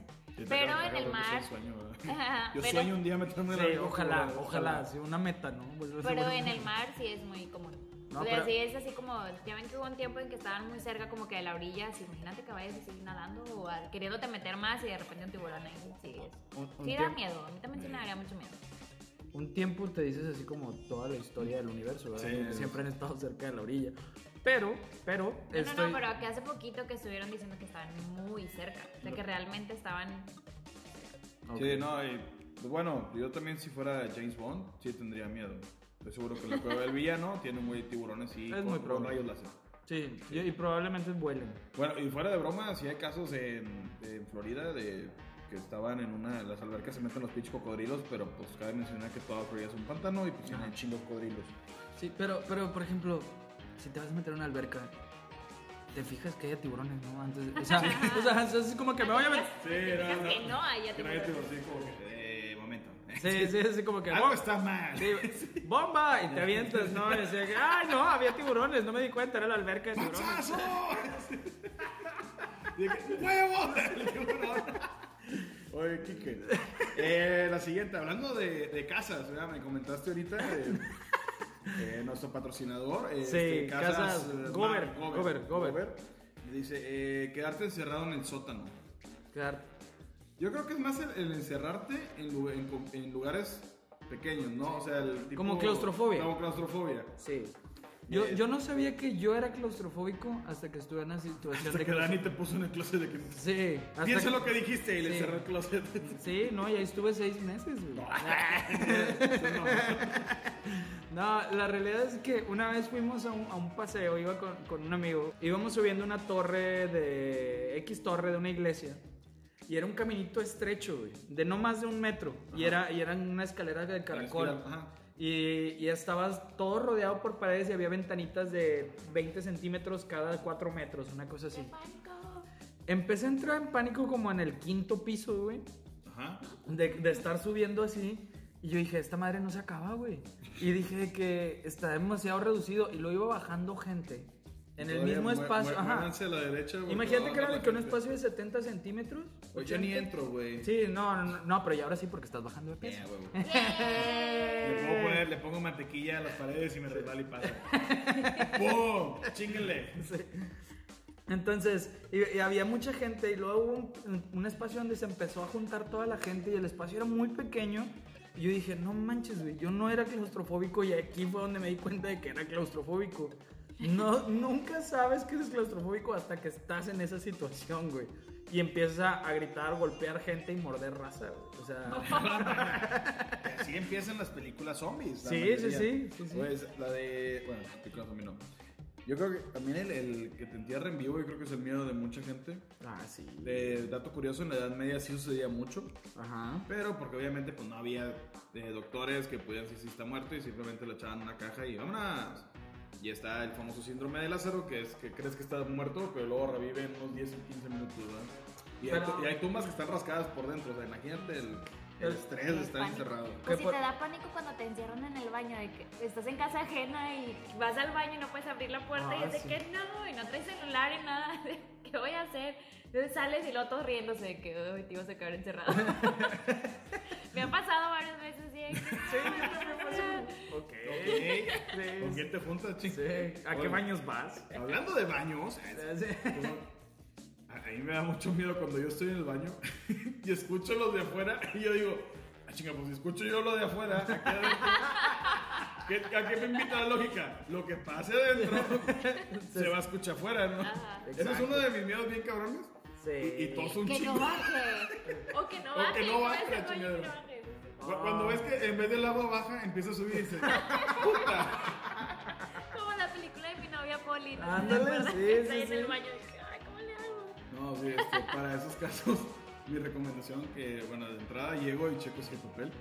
Speaker 4: Pero en el mar, [laughs] Ajá,
Speaker 5: Yo
Speaker 4: pero-
Speaker 5: sueño un día meterme en
Speaker 2: Sí,
Speaker 5: alberca con
Speaker 2: ojalá,
Speaker 5: tiburones,
Speaker 2: ojalá, sí, una meta, ¿no? Volverse
Speaker 4: pero
Speaker 2: bueno.
Speaker 4: en el mar sí es muy común.
Speaker 2: No,
Speaker 4: o sea,
Speaker 2: pero-
Speaker 4: sí es así como, ya ven que hubo un tiempo en que estaban muy cerca como que de la orilla, así, imagínate que vayas así nadando o a- queriéndote meter más y de repente un tiburón ahí. Sí, es-
Speaker 2: Un- un
Speaker 4: sí da
Speaker 2: tiempo- Eh,
Speaker 4: miedo, a mí también sí me daría mucho miedo.
Speaker 2: Un tiempo te dices así como toda la historia del universo, ¿verdad?
Speaker 5: Sí.
Speaker 2: Porque Siempre han estado cerca de la orilla. Pero, pero,
Speaker 4: No,
Speaker 2: estoy...
Speaker 4: no, no, pero que hace poquito que estuvieron diciendo que estaban muy cerca, o sea, que realmente estaban...
Speaker 2: Ok.
Speaker 5: Sí, no, y, pues, bueno, yo también si fuera James Bond, sí tendría miedo. Estoy seguro que la cueva del villano [laughs] tiene muy tiburones y
Speaker 2: Es
Speaker 5: con-
Speaker 2: muy
Speaker 5: con
Speaker 2: probable.
Speaker 5: rayos láser.
Speaker 2: Sí, y, y probablemente vuelen.
Speaker 5: Bueno, y fuera de broma, si hay casos en, en Florida de que estaban en una de las albercas, se meten los pinches cocodrilos, pero pues cabe mencionar que toda Florida es un pantano y pues tiene un chingo de cocodrilos.
Speaker 2: Sí, pero, pero, por ejemplo, si te vas a meter en una alberca, te fijas que haya tiburones, ¿no? Antes, o
Speaker 4: [laughs]
Speaker 2: sea, [laughs] o sea, es como que me voy a meter...
Speaker 4: Significa que no haya
Speaker 5: Que no haya
Speaker 4: tiburones.
Speaker 5: tiburones, sí, como que, eh, momento.
Speaker 2: Sí, sí, es como que...
Speaker 5: Algo está mal.
Speaker 2: Sí, bomba y te avientas, ¿no? Y decía que, ay, no, había tiburones, no me di cuenta, era la alberca de tiburones.
Speaker 5: [laughs] ¡Paso!
Speaker 2: [laughs]
Speaker 5: ¡Huevo! Oye, Kike. Eh, la siguiente, hablando de, de casas, ¿verdad? me comentaste ahorita.
Speaker 2: [laughs]
Speaker 5: eh, eh, nuestro patrocinador. eh,
Speaker 2: Sí,
Speaker 5: este,
Speaker 2: Casas
Speaker 5: eh,
Speaker 2: Gober,
Speaker 5: Mar-
Speaker 2: Gober, Gober.
Speaker 5: Dice, eh, quedarte encerrado en el sótano.
Speaker 2: Claro.
Speaker 5: Yo creo que es más el, el encerrarte en, lu- en com- en lugares pequeños, ¿no? O sea, el tipo-
Speaker 2: Como claustrofobia.
Speaker 5: Como claustrofobia.
Speaker 2: Sí. Yo,
Speaker 5: Eh,
Speaker 2: yo no sabía que yo era claustrofóbico hasta que estuve en una situación
Speaker 5: [laughs] Hasta
Speaker 2: de
Speaker 5: que
Speaker 2: claustro-
Speaker 5: Dani te puso en el closet de que...
Speaker 2: Sí, hasta
Speaker 5: Piensa
Speaker 2: que-
Speaker 5: lo que dijiste y le
Speaker 2: Sí.
Speaker 5: cerró el closet.
Speaker 2: Sí, no, y ahí estuve seis meses, güey. No, la realidad es que una vez fuimos a un, a un paseo, iba con, con un amigo, íbamos subiendo una torre de X torre de una iglesia y era un caminito estrecho, güey, de no más de un metro y era y eran una escalera de caracol.
Speaker 5: espiral, ajá.
Speaker 2: Y, y estabas todo rodeado por paredes y había ventanitas de 20 centímetros cada 4 metros, una cosa así. Empecé a entrar en pánico como en el quinto piso, güey
Speaker 5: Ajá.
Speaker 2: de, de estar subiendo así. Y yo dije, esta madre no se acaba, güey. Y dije que está demasiado reducido. Y lo iba bajando gente. En el
Speaker 5: Todavía
Speaker 2: mismo
Speaker 5: mue-
Speaker 2: espacio.
Speaker 5: mue-
Speaker 2: ajá.
Speaker 5: muévanse a la derecha. porque
Speaker 2: Imagínate
Speaker 5: va a
Speaker 2: que era
Speaker 5: bajar
Speaker 2: de que un
Speaker 5: la gente.
Speaker 2: espacio de 70 centímetros.
Speaker 5: Oye, Pues yo
Speaker 2: 80.
Speaker 5: ni entro, güey.
Speaker 2: Sí, no, no, no, pero ya ahora sí porque estás bajando de peso.
Speaker 5: Eh, güey,
Speaker 2: [laughs]
Speaker 5: güey. Le puedo poner, le pongo mantequilla a las paredes y me resbala y pasa.
Speaker 2: [laughs]
Speaker 5: ¡Pum! ¡Chinguenle!
Speaker 2: Entonces, y, y había mucha gente y luego hubo un, un- un espacio donde se empezó a juntar toda la gente y el espacio era muy pequeño. Y yo dije, no manches, güey, yo no era claustrofóbico y aquí fue donde me di cuenta de que era claustrofóbico. No, nunca sabes que eres claustrofóbico hasta que estás en esa situación, güey. Y empiezas a, a gritar, golpear gente y morder raza, güey. O sea, ah,
Speaker 5: Así empiezan las películas zombies. la
Speaker 2: Sí,
Speaker 5: mayoría.
Speaker 2: sí, sí, sí, sí.
Speaker 5: Pues la de. Bueno, películas zombies no. Yo creo que también el, el que te entierra en vivo, yo creo que es el miedo de mucha gente.
Speaker 2: Ah, sí.
Speaker 5: De dato curioso, en la Edad Media sí sucedía mucho,
Speaker 2: Ajá.
Speaker 5: pero porque obviamente pues no había eh, doctores que pudieran decir si está muerto y simplemente le echaban una caja y vámonos. Y está el famoso síndrome de Lázaro, que es que crees que está muerto, pero luego revive en unos 10 o 15 minutos, ¿verdad? Y, hay,
Speaker 2: Pero-
Speaker 5: tu- y hay tumbas que están rascadas por dentro, o sea, imagínate el, el
Speaker 2: El-
Speaker 5: estrés
Speaker 4: el
Speaker 5: de estar
Speaker 4: pánico.
Speaker 5: encerrado.
Speaker 4: O
Speaker 2: Que
Speaker 4: Pues si
Speaker 2: por-
Speaker 4: te da pánico cuando te encierran en el baño, de que estás en casa ajena y vas al baño y no puedes abrir la puerta y
Speaker 2: Ah,
Speaker 4: es de
Speaker 2: sí.
Speaker 4: que no, y no traes celular y nada, [laughs] de, ¿qué voy a hacer? Entonces sales y luego todos riéndose de que "Uy, te ibas a
Speaker 2: [laughs]
Speaker 4: quedar encerrado. me ha pasado varias veces y
Speaker 2: Sí, también pasó.
Speaker 6: Ok.
Speaker 5: ¿Con quién te juntas, ching?
Speaker 2: Sí. ¿A qué
Speaker 5: Oye,
Speaker 2: baños vas?
Speaker 5: Hablando de baños, Como- A a mí me da mucho miedo cuando yo estoy en el baño [laughs] y escucho los de afuera y yo digo, ah, chinga, pues si escucho yo lo de afuera, ¿a qué, adentro? ¿Qué- a qué me invita la lógica? Lo que pase adentro se va a escuchar afuera, ¿no?
Speaker 4: Ajá.
Speaker 5: Ese es
Speaker 2: Exacto.
Speaker 5: uno de mis miedos bien cabrones.
Speaker 2: Sí.
Speaker 5: Y, y todos un
Speaker 4: [laughs] que
Speaker 5: chingo.
Speaker 4: no baje, o que no
Speaker 5: O
Speaker 4: baje,
Speaker 5: que no
Speaker 4: y
Speaker 5: baje,
Speaker 4: vas al baño y
Speaker 5: chingada.
Speaker 4: no baje.
Speaker 5: Cu- Cuando ves que en vez del agua baja, empieza a subir y dices,
Speaker 4: Como la película de mi novia Polly, ¿no?
Speaker 2: Ándale,
Speaker 4: ¿Te acuerdas
Speaker 2: sí,
Speaker 4: que
Speaker 2: sí,
Speaker 4: está ahí en
Speaker 2: sí.
Speaker 4: el baño y que, ay, ¿cómo le hago?
Speaker 5: No, sí, este, para esos casos, [laughs] mi recomendación que, bueno, de entrada llego y checo si hay papel.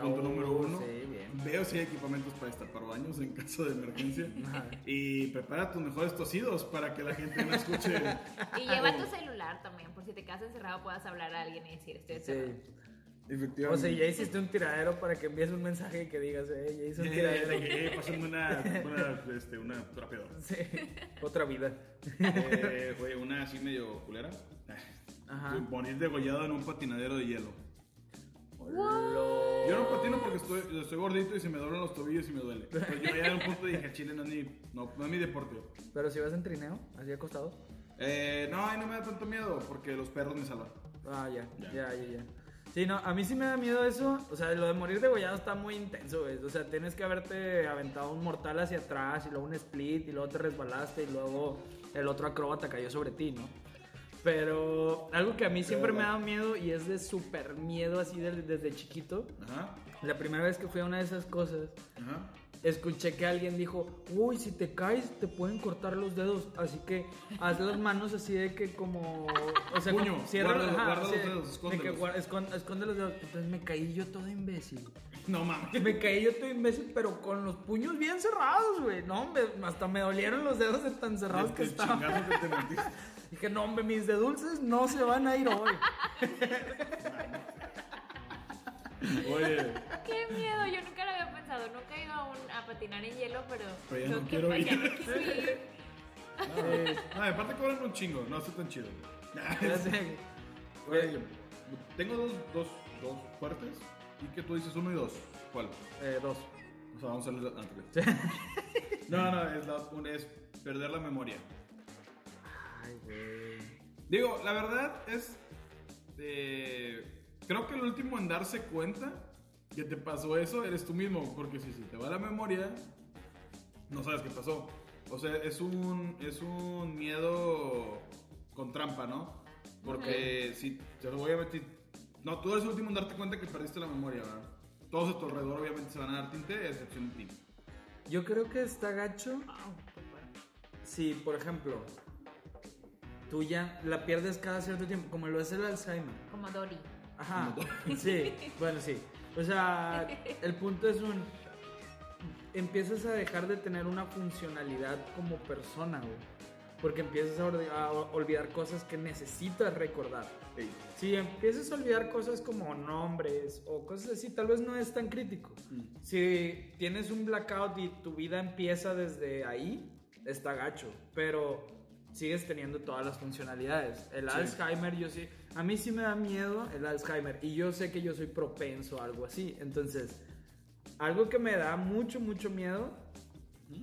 Speaker 5: Punto
Speaker 2: Oh,
Speaker 5: número uno.
Speaker 2: sí, bien.
Speaker 5: Veo si hay equipamientos para destapar baños en [laughs] caso de emergencia. y prepara tus mejores tosidos para que la gente
Speaker 2: [laughs]
Speaker 5: no escuche.
Speaker 4: Y lleva tu celular también, por si te quedas encerrado puedas hablar a alguien y decir, estoy encerrado.
Speaker 2: Sí.
Speaker 5: Efectivamente.
Speaker 2: O sea, ya hiciste un tiradero para que envíes un mensaje que digas, eh, ya hice un tiradero.
Speaker 5: pasando Eh, una, una, este, una trapeadora.
Speaker 2: Sí. Otra vida.
Speaker 5: Eh, oye, una así medio culera.
Speaker 2: Ajá.
Speaker 5: Morir degollado en un patinadero de hielo.
Speaker 2: Lo-
Speaker 5: Yo no patino porque estoy, estoy gordito y se me doblan los tobillos y me duele. Pero yo ya en un punto dije, Chile no es mi, no, no es mi deporte.
Speaker 2: Pero si vas en trineo, así acostado.
Speaker 5: Eh, no, ahí no me da tanto miedo porque los perros me salvan.
Speaker 2: Ah, ya,
Speaker 5: Ya.
Speaker 2: ya, ya, ya. Sí, no, a mí sí me da miedo eso. O sea, lo de morir degollado está muy intenso, güey. O sea, tienes que haberte aventado un mortal hacia atrás y luego un split y luego te resbalaste y luego el otro acróbata cayó sobre ti, ¿no? Pero algo que a mí siempre me ha dado miedo y es de súper miedo así del- desde chiquito.
Speaker 5: Ajá,
Speaker 2: La primera vez que fui a una de esas cosas,
Speaker 5: ajá.
Speaker 2: escuché que alguien dijo, uy, si te caes te pueden cortar los dedos, así que haz las manos así de que como, o sea,
Speaker 5: Puño,
Speaker 2: como- cierra
Speaker 5: guarda-
Speaker 2: ajá,
Speaker 5: guarda los
Speaker 2: sí, de
Speaker 5: dedos,
Speaker 2: que
Speaker 5: escóndelos.
Speaker 2: guarda- escon- esconde los dedos. Entonces me caí yo todo imbécil.
Speaker 5: No mames.
Speaker 2: Me caí yo todo imbécil, pero con los puños bien cerrados, güey. No, me- hasta me dolieron los dedos de tan cerrados que
Speaker 5: Este
Speaker 2: estaban.
Speaker 5: chingazo que te metiste.
Speaker 2: Dije, no, hombre, mis de dulces no se van a ir hoy.
Speaker 5: [laughs] Oye,
Speaker 4: Qué miedo, yo nunca lo había pensado, nunca he ido a, un- a patinar en hielo, pero,
Speaker 5: Pero ya
Speaker 4: creo
Speaker 5: no
Speaker 4: que
Speaker 5: quiero
Speaker 4: pa- ya
Speaker 5: ir.
Speaker 4: no quiero ir.
Speaker 5: no, aparte cobran un chingo, no está tan chido.
Speaker 2: Ya sé.
Speaker 5: Oye, tengo dos, dos, dos fuertes y que tú dices uno y dos. ¿Cuál?
Speaker 2: Eh, dos.
Speaker 5: O sea, vamos a leer ah, ok. No, no, es, la- un- es perder la memoria.
Speaker 2: Ay, güey.
Speaker 5: Digo, la verdad es. eh, creo que el último en darse cuenta que te pasó eso eres tú mismo, porque si se te va la memoria, no sabes qué pasó. O sea, es un, es un miedo con trampa, ¿no? Porque si te lo voy a meter. No, tú eres el último en darte cuenta que perdiste la memoria, ¿verdad? Todos a tu alrededor obviamente se van a dar tinte, a excepción de ti.
Speaker 2: Yo creo que está gacho si, por ejemplo, tú ya la pierdes cada cierto tiempo, como lo es el Alzheimer.
Speaker 4: Como Dory.
Speaker 2: Ajá. [laughs] Sí, bueno, sí. O sea, el punto es un... Empiezas a dejar de tener una funcionalidad como persona, güey. Porque empiezas a orde- a o- olvidar cosas que necesitas recordar. Si empiezas a olvidar cosas como nombres o cosas así, tal vez no es tan crítico. Si tienes un blackout y tu vida empieza desde ahí, está gacho, pero sigues teniendo todas las funcionalidades. El Alzheimer, yo sí, a mí sí me da miedo el Alzheimer y yo sé que yo soy propenso a algo así. Entonces, algo que me da mucho, mucho miedo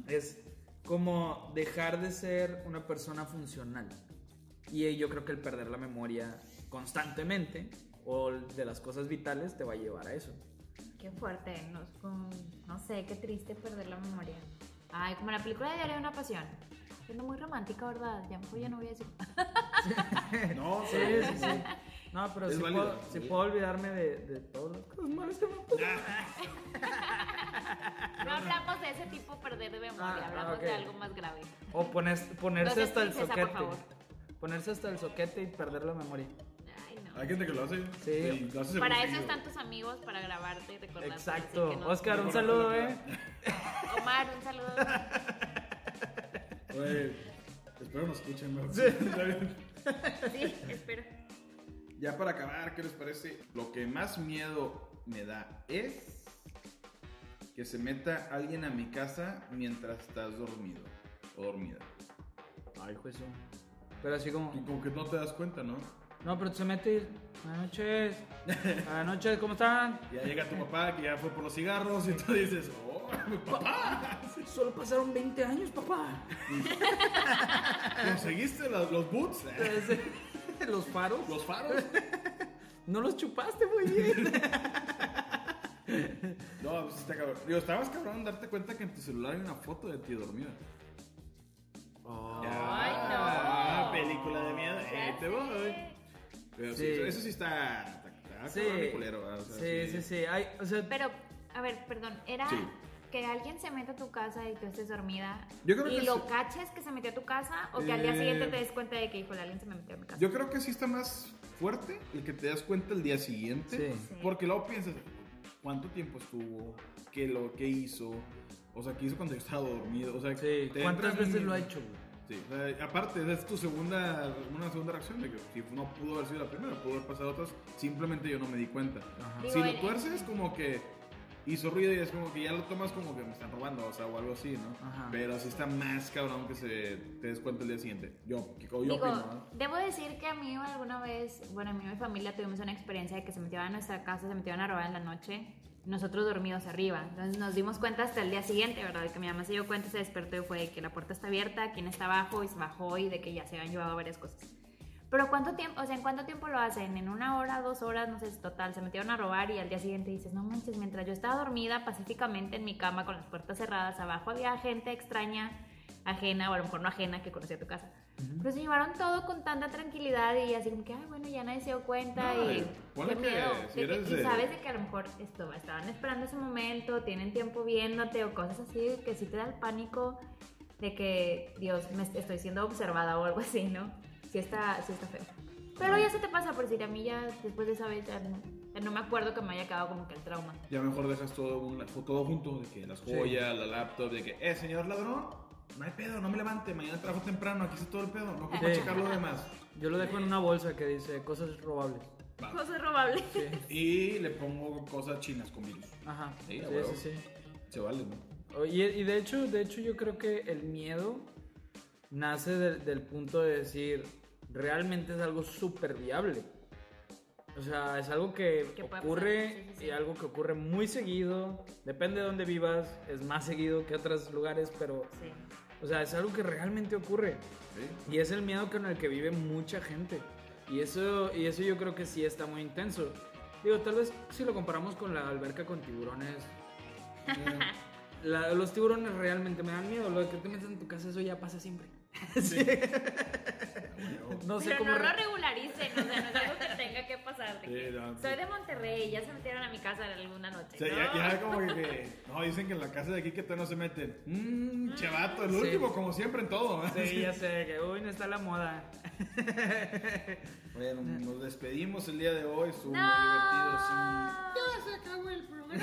Speaker 2: es como dejar de ser una persona funcional. Y eh, yo creo que el perder la memoria constantemente o el de las cosas vitales te va a llevar a eso.
Speaker 4: Qué fuerte, no, como- no sé, qué triste perder la memoria. Ay, como la película de Diario de una Pasión. Siendo muy romántica, ¿verdad? Ya mejor ya no voy a decir.
Speaker 5: No,
Speaker 2: Sí, sí, sí. [laughs] No, pero
Speaker 5: Es
Speaker 2: si
Speaker 5: válido,
Speaker 2: puedo, sí
Speaker 5: sí.
Speaker 2: puedo olvidarme de, de todas las cosas malas que me han pasado.
Speaker 4: No hablamos de ese tipo perder de memoria,
Speaker 2: Ah, ah,
Speaker 4: hablamos
Speaker 2: ok.
Speaker 4: de algo más grave.
Speaker 7: O pones- ponerse
Speaker 4: No seas
Speaker 7: hasta el
Speaker 4: princesa,
Speaker 7: soquete.
Speaker 4: por favor.
Speaker 7: Ponerse hasta el soquete y perder la memoria.
Speaker 4: Ay,
Speaker 5: Hay
Speaker 4: no.
Speaker 5: gente que lo hace.
Speaker 7: Sí.
Speaker 5: y lo hace
Speaker 4: Para
Speaker 5: seguro
Speaker 4: eso
Speaker 5: que-
Speaker 4: están tus amigos, para grabarte y recordarte. así
Speaker 7: Exacto.
Speaker 4: que no-
Speaker 7: Oscar, un
Speaker 5: Mejor
Speaker 7: saludo, eh.
Speaker 5: acordate.
Speaker 4: Omar, un saludo.
Speaker 5: Güey, espero nos escuchen, ¿no? [laughs]
Speaker 4: Sí, espero.
Speaker 5: Ya para acabar, ¿qué les parece? Lo que más miedo me da es que se meta alguien a mi casa mientras estás dormido o dormida.
Speaker 2: Ay, juez. sí. Pero así como.
Speaker 5: Y como que no te das cuenta, ¿no?
Speaker 2: No, pero se mete. y, Buenas [laughs] noches. Buenas noches, ¿cómo están?
Speaker 5: [laughs] Ya llega tu papá que ya fue por los cigarros y tú dices, ¡oh, mi papá!
Speaker 2: Solo pasaron 20 años, papá.
Speaker 5: [laughs] ¿Conseguiste los, los boots?
Speaker 2: [laughs] Los faros.
Speaker 5: [laughs] ¿Los faros?
Speaker 2: No los chupaste muy [laughs] bien.
Speaker 5: No, pues está cabrón. Digo, estabas cabrón darte cuenta que en tu celular hay una foto de ti dormida.
Speaker 4: Ay, no.
Speaker 5: Ah, película de miedo. Eh, te voy. Pero sí,
Speaker 2: Sí.
Speaker 5: eso- eso sí está. está- está
Speaker 2: Sí,
Speaker 5: Ah, cabrón y culero, ¿verdad? O sea,
Speaker 2: sí, sí, sí. Ay, o sea,
Speaker 4: Pero, a ver, perdón, era
Speaker 5: Sí.
Speaker 4: que alguien se meta a tu casa y tú estés dormida
Speaker 5: Yo creo
Speaker 4: y
Speaker 5: que
Speaker 4: lo
Speaker 5: sí.
Speaker 4: caches que se metió a tu casa o que al día
Speaker 5: Eh.
Speaker 4: siguiente te des cuenta de que, híjole, alguien se me metió a mi casa.
Speaker 5: Yo creo que sí está más fuerte el que te das cuenta el día siguiente.
Speaker 2: Sí.
Speaker 4: Sí.
Speaker 5: Porque luego piensas, ¿cuánto tiempo estuvo? ¿Qué, lo, qué hizo? O sea, ¿qué hizo cuando yo estaba dormido? O sea,
Speaker 2: sí,
Speaker 5: te
Speaker 2: ¿cuántas
Speaker 5: entra un-
Speaker 2: veces lo ha hecho? güey?
Speaker 5: Sí, o sea, Eh, aparte, esa es tu segunda, una segunda reacción de que si no pudo haber sido la primera, pudo haber pasado otras, simplemente yo no me di cuenta.
Speaker 4: Digo,
Speaker 5: Si
Speaker 4: el-
Speaker 5: lo tuerces, como que hizo ruido y es como que ya lo tomas como que me están robando, o sea, o algo así, ¿no?
Speaker 2: Ajá.
Speaker 5: Pero sí está más cabrón que se te des cuenta el día siguiente. Yo, yo opino,
Speaker 4: Digo,
Speaker 5: ¿no?
Speaker 4: debo decir que a mí alguna vez, bueno, a mí y mi familia tuvimos una experiencia de que se metieron a nuestra casa, se metieron a robar en la noche, nosotros dormidos arriba. Entonces nos dimos cuenta hasta el día siguiente, ¿verdad? De que mi mamá se dio cuenta, se despertó y fue de que la puerta está abierta, quién está abajo y se bajó y de que ya se habían llevado varias cosas. Pero ¿cuánto tiempo, o sea, en cuánto tiempo lo hacen? ¿En una hora, dos horas? No sé, es total, se metieron a robar y al día siguiente dices, no manches, mientras yo estaba dormida pacíficamente en mi cama con las puertas cerradas, abajo había gente extraña, ajena, o a lo mejor no ajena, que conocía tu casa. Pero se llevaron todo con tanta tranquilidad y así como que, ay, bueno, ya nadie se dio cuenta
Speaker 5: No,
Speaker 4: y
Speaker 5: eh, ponle
Speaker 4: qué
Speaker 5: que
Speaker 4: miedo.
Speaker 5: si
Speaker 4: De que-
Speaker 5: eres
Speaker 4: y
Speaker 5: de-
Speaker 4: sabes de que a lo mejor esto, estaban esperando ese momento, tienen tiempo viéndote o cosas así que sí te da el pánico de que, Dios, me est- estoy siendo observada o algo así, ¿no? Sí está, sí está feo. Pero ya se te pasa, por decir, a mí ya después de esa vez ya no, ya no me acuerdo que me haya quedado como que el trauma.
Speaker 5: Ya mejor dejas todo, un- todo junto, de que las joyas, la laptop, de que, eh, señor ladrón, no hay pedo, no me levante, mañana trabajo temprano, aquí está todo el pedo, no puedo
Speaker 2: Sí.
Speaker 5: checar lo demás.
Speaker 2: Yo lo dejo en una bolsa que dice cosas robables.
Speaker 5: Va.
Speaker 4: Cosa robable.
Speaker 5: Y le pongo cosas chinas con virus.
Speaker 2: Ajá.
Speaker 5: Sí,
Speaker 2: Sí,
Speaker 5: a huevo.
Speaker 2: sí, sí.
Speaker 5: Se vale, ¿no?
Speaker 2: Oh, Y, y de hecho, de hecho yo creo que el miedo nace del, del punto de decir, realmente es algo súper viable. O sea, es algo que
Speaker 4: Que puede
Speaker 2: ocurre
Speaker 4: pasar, sí, sí, sí.
Speaker 2: y algo que ocurre muy seguido. Depende de dónde vivas, es más seguido que otros lugares, pero...
Speaker 4: Sí.
Speaker 2: O sea, es algo que realmente ocurre.
Speaker 5: Sí.
Speaker 2: Y es el miedo con el que vive mucha gente. Y eso, y eso yo creo que sí está muy intenso. Digo, tal vez si lo comparamos con la alberca con tiburones. eh, la- los tiburones realmente me dan miedo. Lo de que te metas en tu casa, eso ya pasa siempre. [laughs] Sí. no sé
Speaker 4: Pero
Speaker 2: cómo.
Speaker 4: no lo
Speaker 2: re-
Speaker 4: regularicen, o sea, no es algo que tenga que pasar. de que
Speaker 5: Sí, Eh, no, sí.
Speaker 4: Soy de Monterrey, ya se metieron a mi casa alguna
Speaker 5: O
Speaker 4: noche.
Speaker 5: sea,
Speaker 4: ¿no?
Speaker 5: ya, ya como que, que- No, dicen que en la casa de aquí que todavía no se meten. Mmm, chevato, el
Speaker 2: Sí.
Speaker 5: último, como siempre en todo. ¿eh?
Speaker 2: Sí, ya sé, que hoy no está la moda.
Speaker 5: [laughs] Bueno, nos despedimos el día de hoy. Estuvo muy divertido. sí.
Speaker 4: No.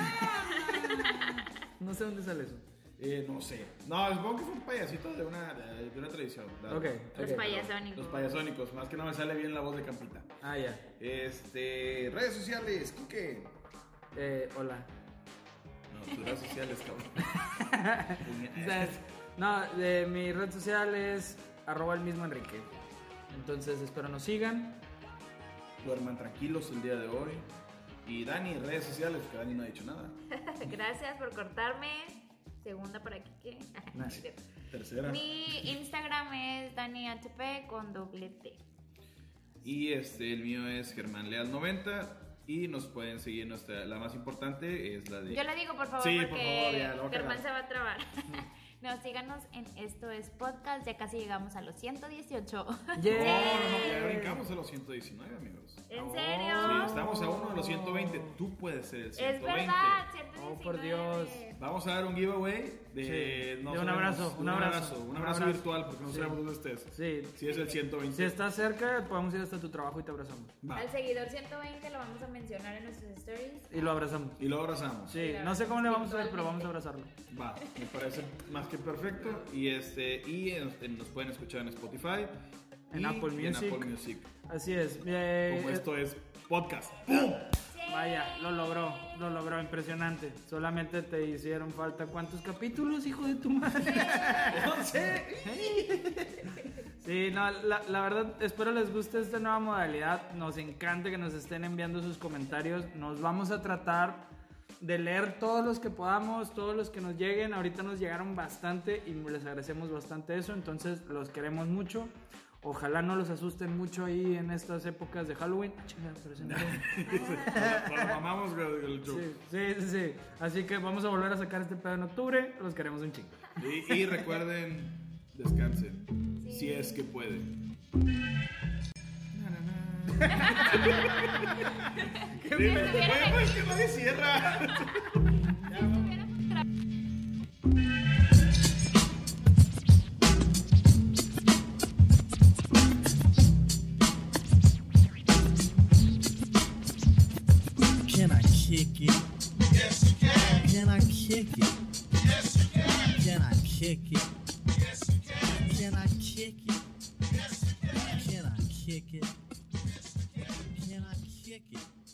Speaker 2: No sé dónde sale eso.
Speaker 5: Eh, no sé. No, supongo que fue un payasito de una, de una televisión. la-
Speaker 2: Ok,
Speaker 4: Los
Speaker 2: ok.
Speaker 4: payasónicos.
Speaker 5: Los payasónicos. Más que no me sale bien la voz de Campita.
Speaker 2: Ah, ya.
Speaker 5: Este, redes sociales, Quique.
Speaker 2: Eh, hola.
Speaker 5: No, tus redes sociales, cabrón.
Speaker 2: O sea, es- [laughs] No, de mi red social es arroba el mismo Enrique. Entonces espero nos sigan.
Speaker 5: Duerman tranquilos el día de hoy. Y Dani, redes sociales, que Dani no ha dicho nada.
Speaker 4: Gracias por cortarme. Segunda para Kike.
Speaker 5: [laughs] Tercera.
Speaker 4: Mi Instagram es DaniHP con doble T.
Speaker 5: Y este, el mío es Germán Leal 90. Y nos pueden seguir nuestra, la más importante es la de.
Speaker 4: Yo la digo, por favor,
Speaker 5: Sí, por
Speaker 4: porque
Speaker 5: favor, ya, la voy a
Speaker 4: Germán
Speaker 5: [laughs] cagar.
Speaker 4: se va a trabar. No, síganos en Esto es Podcast. Ya casi llegamos a los 118.
Speaker 5: No, Oh, no, no,
Speaker 4: Yay.
Speaker 5: ya brincamos a los 119, amigos.
Speaker 4: [laughs] ¿En
Speaker 5: Sí,
Speaker 4: serio?
Speaker 5: estamos a uno de los 120. Tú puedes ser el 120.
Speaker 4: es verdad, 119.
Speaker 2: Oh, por Dios.
Speaker 5: Vamos a dar un giveaway de,
Speaker 2: Sí,
Speaker 5: no
Speaker 2: de un
Speaker 5: sabemos,
Speaker 2: abrazo,
Speaker 5: de
Speaker 2: un abrazo,
Speaker 5: un
Speaker 2: un
Speaker 5: abrazo
Speaker 2: abrazo.
Speaker 5: virtual porque no
Speaker 2: Sí.
Speaker 5: sabemos dónde estés.
Speaker 2: Sí.
Speaker 5: Si es el 120.
Speaker 2: Si estás cerca, podemos ir hasta tu trabajo y te abrazamos.
Speaker 5: Va.
Speaker 4: Al seguidor 120 lo vamos a mencionar en nuestros stories.
Speaker 2: Y lo abrazamos.
Speaker 5: Y lo abrazamos.
Speaker 2: Sí, no sé cómo le vamos a hacer, pero vamos a abrazarlo.
Speaker 5: Va, me parece más que perfecto. Y este y en- en- nos pueden escuchar en Spotify.
Speaker 2: En
Speaker 5: y
Speaker 2: Apple
Speaker 5: En
Speaker 2: Music.
Speaker 5: Apple Music.
Speaker 2: Así es. eh,
Speaker 5: Como este
Speaker 2: eh,
Speaker 5: esto es podcast. [laughs] ¡Pum!
Speaker 2: Vaya, lo logró, lo logró, impresionante. Solamente te hicieron falta cuántos capítulos, hijo de tu madre. Sí, no, la, la verdad, espero les guste esta nueva modalidad. Nos encanta que nos estén enviando sus comentarios. Nos vamos a tratar de leer todos los que podamos, todos los que nos lleguen. Ahorita nos llegaron bastante y les agradecemos bastante eso. Entonces, los queremos mucho. Ojalá no los asusten mucho ahí en estas épocas de Halloween. Chinga, pero se me fue.
Speaker 5: Nos mamamos güey, el show.
Speaker 2: Sí, sí, sí, sí. Así que vamos a volver a sacar este pedo en octubre. Los queremos un chingo.
Speaker 5: Y, y recuerden, descansen. Si es que pueden. ¿Qué
Speaker 4: bien.
Speaker 5: Es que no se cierra.
Speaker 1: Can I kick it? Yes, you can. Can I kick it? Yes, you can. Can I kick it? Yes, you can. Can I kick it? Yes, you can. Can I kick it? Can I kick it?